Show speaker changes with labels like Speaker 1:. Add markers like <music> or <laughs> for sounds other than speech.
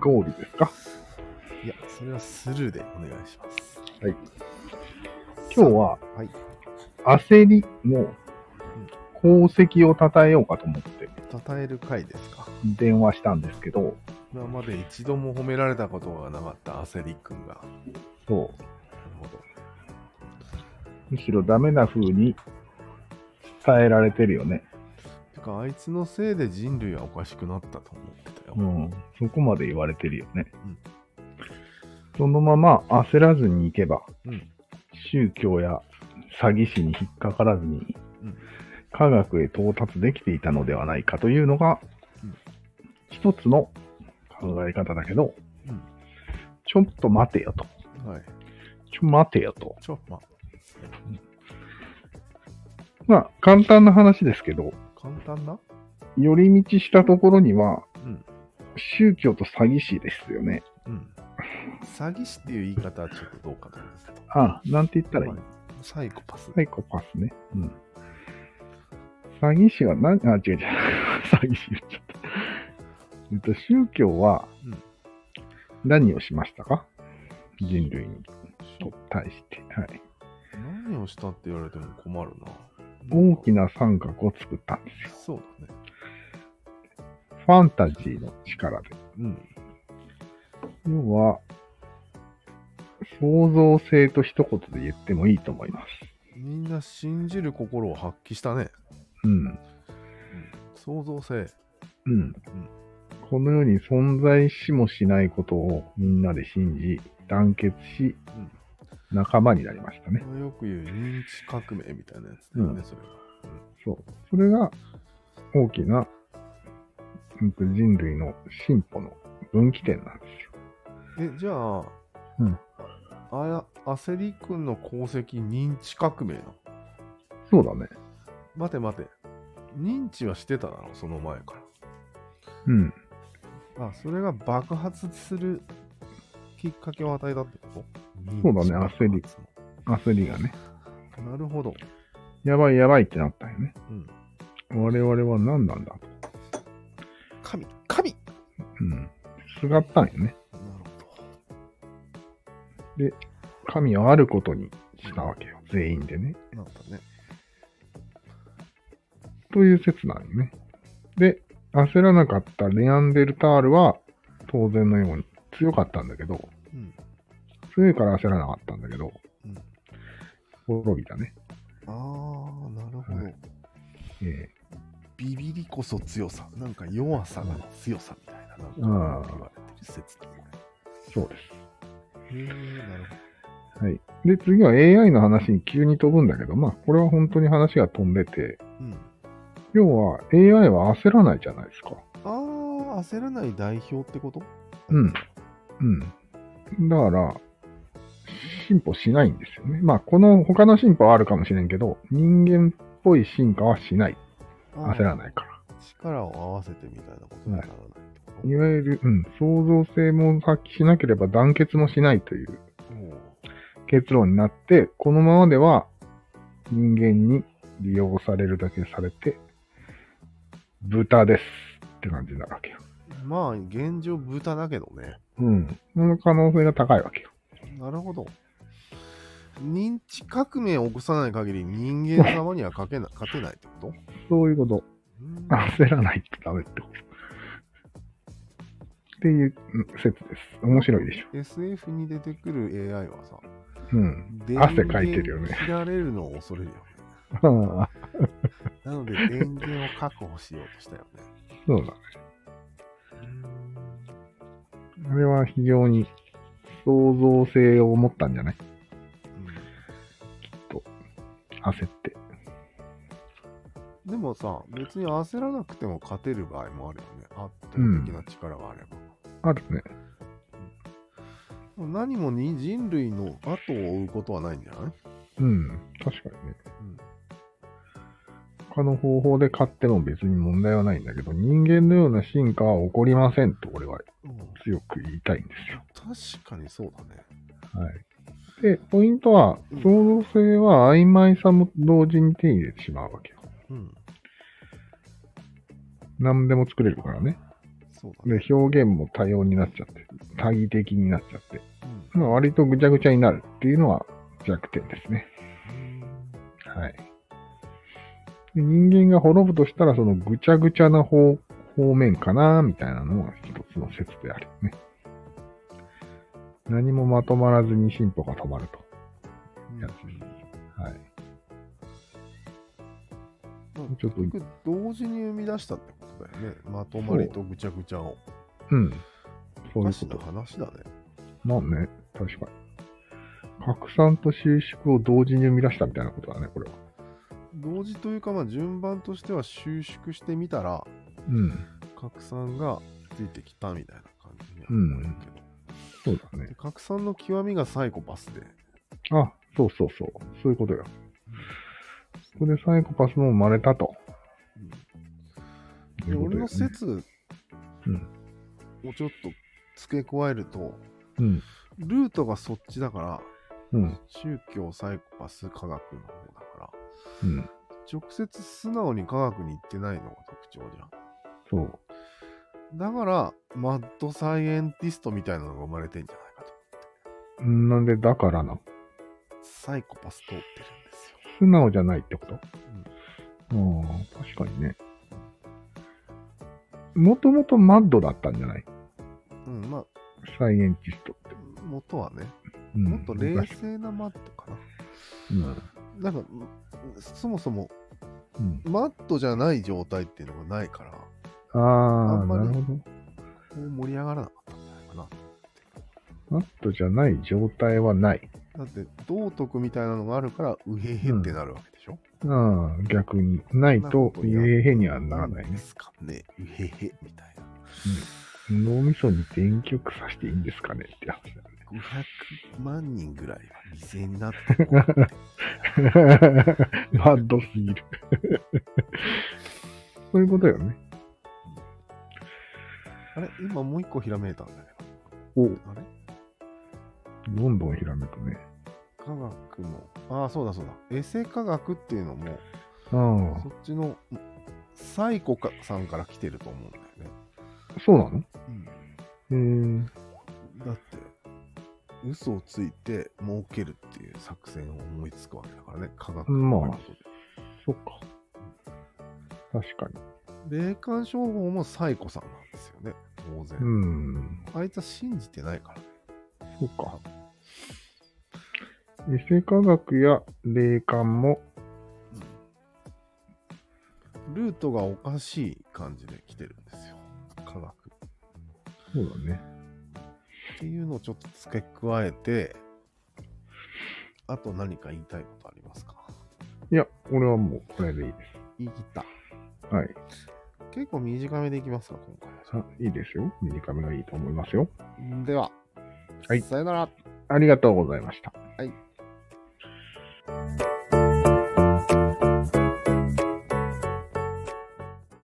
Speaker 1: ゴールですか
Speaker 2: いや、それはスルーでお願いします。
Speaker 1: はい。今日は
Speaker 2: はい。
Speaker 1: 焦りの功績を称えようかと思って
Speaker 2: 称える回ですか。
Speaker 1: 電話したんですけど、
Speaker 2: 今まで一度も褒められたことがなかった焦りくんが。
Speaker 1: そ
Speaker 2: なるほど。
Speaker 1: う。むしろダメな風に伝えられてるよね。
Speaker 2: てか、あいつのせいで人類はおかしくなったと思ってたよ。
Speaker 1: うん。そこまで言われてるよね。
Speaker 2: うん
Speaker 1: そのまま焦らずに行けば、
Speaker 2: うん。
Speaker 1: 宗教や詐欺師に引っかからずに
Speaker 2: うん、
Speaker 1: 科学へ到達できていたのではないかというのが
Speaker 2: うん、
Speaker 1: 一つの考え方だけど、
Speaker 2: うん
Speaker 1: ちょっと待てよと。
Speaker 2: はい。
Speaker 1: ちょ、待てよと。
Speaker 2: ちょ、ま、
Speaker 1: まあ、簡単な話ですけど、
Speaker 2: 簡単な
Speaker 1: 寄り道したところには、
Speaker 2: うん。
Speaker 1: 宗教と詐欺師ですよね。
Speaker 2: うん。詐欺師っていう言い方はちょっとどうかと思ってた。
Speaker 1: ああ、なんて言ったらいい
Speaker 2: まあサイコパス。
Speaker 1: サイコパスね。うん。詐欺師は何、あ、違う違う。詐欺師言っちゃった。えっと、宗教は
Speaker 2: うん
Speaker 1: 何をしましたか、人類に対して。はい。
Speaker 2: 何をしたって言われても困るな。
Speaker 1: 大きな三角を作ったんです
Speaker 2: そ
Speaker 1: よ。
Speaker 2: うだね。
Speaker 1: ファンタジーの力で。
Speaker 2: うん。
Speaker 1: 要は、創造性と一言で言ってもいいと思います。
Speaker 2: みんな信じる心を発揮したね。
Speaker 1: うん。
Speaker 2: 創造性。
Speaker 1: うん。この世に存在しもしないことをみんなで信じ、団結し、
Speaker 2: うん
Speaker 1: 仲間になりましたね。
Speaker 2: まあよく言う認知革命みたいなやつだよね、
Speaker 1: うん
Speaker 2: それは。
Speaker 1: そう。それが大きなうんと人類の進歩の分岐点なんですよ。
Speaker 2: え、じゃあ、
Speaker 1: うん
Speaker 2: あや、焦りくんの功績、認知革命なの
Speaker 1: そうだね。
Speaker 2: 待て待て。認知はしてただろ、その前か
Speaker 1: うん。
Speaker 2: ら。あ、それが爆発するきっかけを与えたってこと
Speaker 1: そうだね
Speaker 2: 認知爆発
Speaker 1: 焦りがね、
Speaker 2: のなるほど。
Speaker 1: やばいやばいってなったよね。
Speaker 2: うん。
Speaker 1: 我々は何なんだと。
Speaker 2: 神、神な
Speaker 1: うん。すがったんよね。
Speaker 2: るほ
Speaker 1: 神はあることにしたわけよ。全員でね。
Speaker 2: ど。なったね。
Speaker 1: という説なんよね。で、焦らなかったレアンデルタールは当然のように強かったんだけど、
Speaker 2: うん。
Speaker 1: 強いから焦らなかったんだけど、
Speaker 2: うん
Speaker 1: 滅びたね。
Speaker 2: あー、なるほど。
Speaker 1: はいえ
Speaker 2: ビビりこそ強さ。なんか弱さが強さみたいな。なんか言
Speaker 1: あ
Speaker 2: わ
Speaker 1: ー
Speaker 2: れてる説だね。
Speaker 1: ーそうです。
Speaker 2: へー、なるほど。
Speaker 1: はい。で、次は AI の話に急に飛ぶんだけど、まあ、これは本当に話が飛んでて、
Speaker 2: うん。
Speaker 1: 要は AI は焦らないじゃないですか。
Speaker 2: ああ、焦らない代表ってこと
Speaker 1: うん。うん。だから、進歩しないんですよね。まあ、この他の進歩はあるかもしれんけど、人間っぽい進化はしない。
Speaker 2: あー
Speaker 1: 焦らないから。
Speaker 2: 力を合わせてみたいなことにならないってこと、
Speaker 1: いわゆる、うん、創造性も発揮しなければ団結もしないという
Speaker 2: おう
Speaker 1: 結論になって、このままでは人間に利用されるだけされて、豚ですって感じになるわけよ。
Speaker 2: まあ、現状豚だけどね。
Speaker 1: うん。その可能性が高いわけよ。
Speaker 2: なるほど。認知革命を起こさない限り人間様には勝けな <laughs> 勝てないってこと
Speaker 1: そういうこと。
Speaker 2: うーん
Speaker 1: <laughs> 焦らないとダメってこと。っていううん説です。面白いでし
Speaker 2: SF に出てくる AI はさ、
Speaker 1: ょ。うん。汗かいてるよね
Speaker 2: 電源切られるのを恐れるよね。
Speaker 1: ああ、
Speaker 2: なので電源を確保しようとしたよね。
Speaker 1: そうだ。
Speaker 2: うーん
Speaker 1: あれは非常に創造性を持ったんじゃない
Speaker 2: うん
Speaker 1: 焦って。
Speaker 2: でもさ、別に焦らなくても勝てる場合もあるよね。圧倒的な力があれば。
Speaker 1: あるね。
Speaker 2: 何もに人類の後を追うことはないんじゃない
Speaker 1: うん、確かにね。他の方法で買っても別に問題はないんだけど、人間のような進化は起こりませんと俺は
Speaker 2: うん、
Speaker 1: 強く言いたいんですよ。
Speaker 2: 確かにそうだね。
Speaker 1: はい。で、ポイントは
Speaker 2: うん、
Speaker 1: 創造性は曖昧さも同時に手に入れてしまうわけよ。
Speaker 2: うん。
Speaker 1: 何でも作れるからね。
Speaker 2: そうだね。
Speaker 1: で、表現も多様になっちゃって、多義的になっちゃって、
Speaker 2: うん
Speaker 1: まあ、割とぐちゃぐちゃになるっていうのは弱点ですね。
Speaker 2: うん
Speaker 1: はい。で人間が滅ぶとしたら、そのぐちゃぐちゃな方方面かな、みたいなのが一つの説であるね。何もまとまらずに進歩が止まると。
Speaker 2: うん
Speaker 1: やつはい。
Speaker 2: うん
Speaker 1: ちょっと
Speaker 2: 結局同時に生み出したってことだよね。まとまりとぐちゃぐちゃを。
Speaker 1: うん。
Speaker 2: お
Speaker 1: そうい
Speaker 2: か
Speaker 1: う
Speaker 2: し
Speaker 1: こ
Speaker 2: な
Speaker 1: と。
Speaker 2: 話だね。
Speaker 1: まあね、確かに。拡散と収縮を同時に生み出したみたいなことだね、これは。
Speaker 2: 同時というか、まあ、順番としては収縮してみたら、
Speaker 1: うん。
Speaker 2: 拡散がついてきたみたいな感じには
Speaker 1: うん
Speaker 2: 思えるけど、
Speaker 1: そうだね
Speaker 2: で。拡散の極みがサイコパスで、
Speaker 1: あ、そうそうそう。そういうことよ。そこでサイコパスも生まれたと。
Speaker 2: うん
Speaker 1: い
Speaker 2: で
Speaker 1: うこ
Speaker 2: 俺
Speaker 1: とよね
Speaker 2: の説をちょっと付け加えると、
Speaker 1: うん。
Speaker 2: ルートがそっちだから、
Speaker 1: うん。
Speaker 2: 宗教、サイコパス、科学の方だから、
Speaker 1: うん。
Speaker 2: 直接素直に科学に行ってないのが特徴じゃん。
Speaker 1: そう。
Speaker 2: だから、マッドサイエンティストみたいなのが生まれてんじゃないかと。
Speaker 1: んなんで、だからな。
Speaker 2: サイコパス通ってるんですよ。
Speaker 1: 素直じゃないってことああ、確かにね。もともとマッドだったんじゃない
Speaker 2: うん、ま
Speaker 1: サイエンティストって。
Speaker 2: あ、元はね、
Speaker 1: うん
Speaker 2: もっと冷
Speaker 1: 昔
Speaker 2: 静なマッドか
Speaker 1: うん。
Speaker 2: な。なんか、そもそも
Speaker 1: うん、
Speaker 2: マッドじゃない状態っていうのがないから、
Speaker 1: あ
Speaker 2: あ
Speaker 1: あ、
Speaker 2: ん
Speaker 1: な
Speaker 2: まり
Speaker 1: るほど。
Speaker 2: こう盛り上がらなかったんじゃないかな。
Speaker 1: マッドじゃない状態はない。
Speaker 2: だって、道徳みたいなのがあるから、うへへってなるわけでしょ。
Speaker 1: ああ、逆に。ないと、ええへにはならない
Speaker 2: んで
Speaker 1: ね。
Speaker 2: すかね。うへへみたいな。
Speaker 1: 脳みそに電極さしていいんですかねって話だ
Speaker 2: 500万人ぐらいは犠牲になってもらって
Speaker 1: ね。 <laughs> マッドすぎる。 <laughs> そういうことよね。
Speaker 2: あれ今もう一個ひらめいたんだけ
Speaker 1: お
Speaker 2: ど。あれ
Speaker 1: どんどんひらめくね。
Speaker 2: 科学も。ああ、そうだそうだ。エセ科学っていうのも、
Speaker 1: あ
Speaker 2: そっちのサイコかさんから来てると思うんだよね。
Speaker 1: あ、そうなのえー、
Speaker 2: だって、嘘をついて儲けるっていう作戦を思いつくわけだからね、科学の
Speaker 1: まあ
Speaker 2: ことで
Speaker 1: そっか。確かに。
Speaker 2: 霊感商法もサイコさんなんですよね、当然。
Speaker 1: うん。
Speaker 2: あいつは信じてないからね。
Speaker 1: そうか。エセ科学や霊感も、
Speaker 2: ルートがおかしい感じで来てるんですよ、科学。
Speaker 1: そうだね。
Speaker 2: っていうのをちょっと付け加えて、あと何か言いたいことありますか
Speaker 1: いや、俺はもうこれでいいで
Speaker 2: 言い切った。
Speaker 1: す。はい。
Speaker 2: 結構短めでいきますか、今回
Speaker 1: さいいですよ。短めがいいと思いますよ。
Speaker 2: は。では、
Speaker 1: はい
Speaker 2: さよなら。
Speaker 1: ありがとうございました。
Speaker 2: はい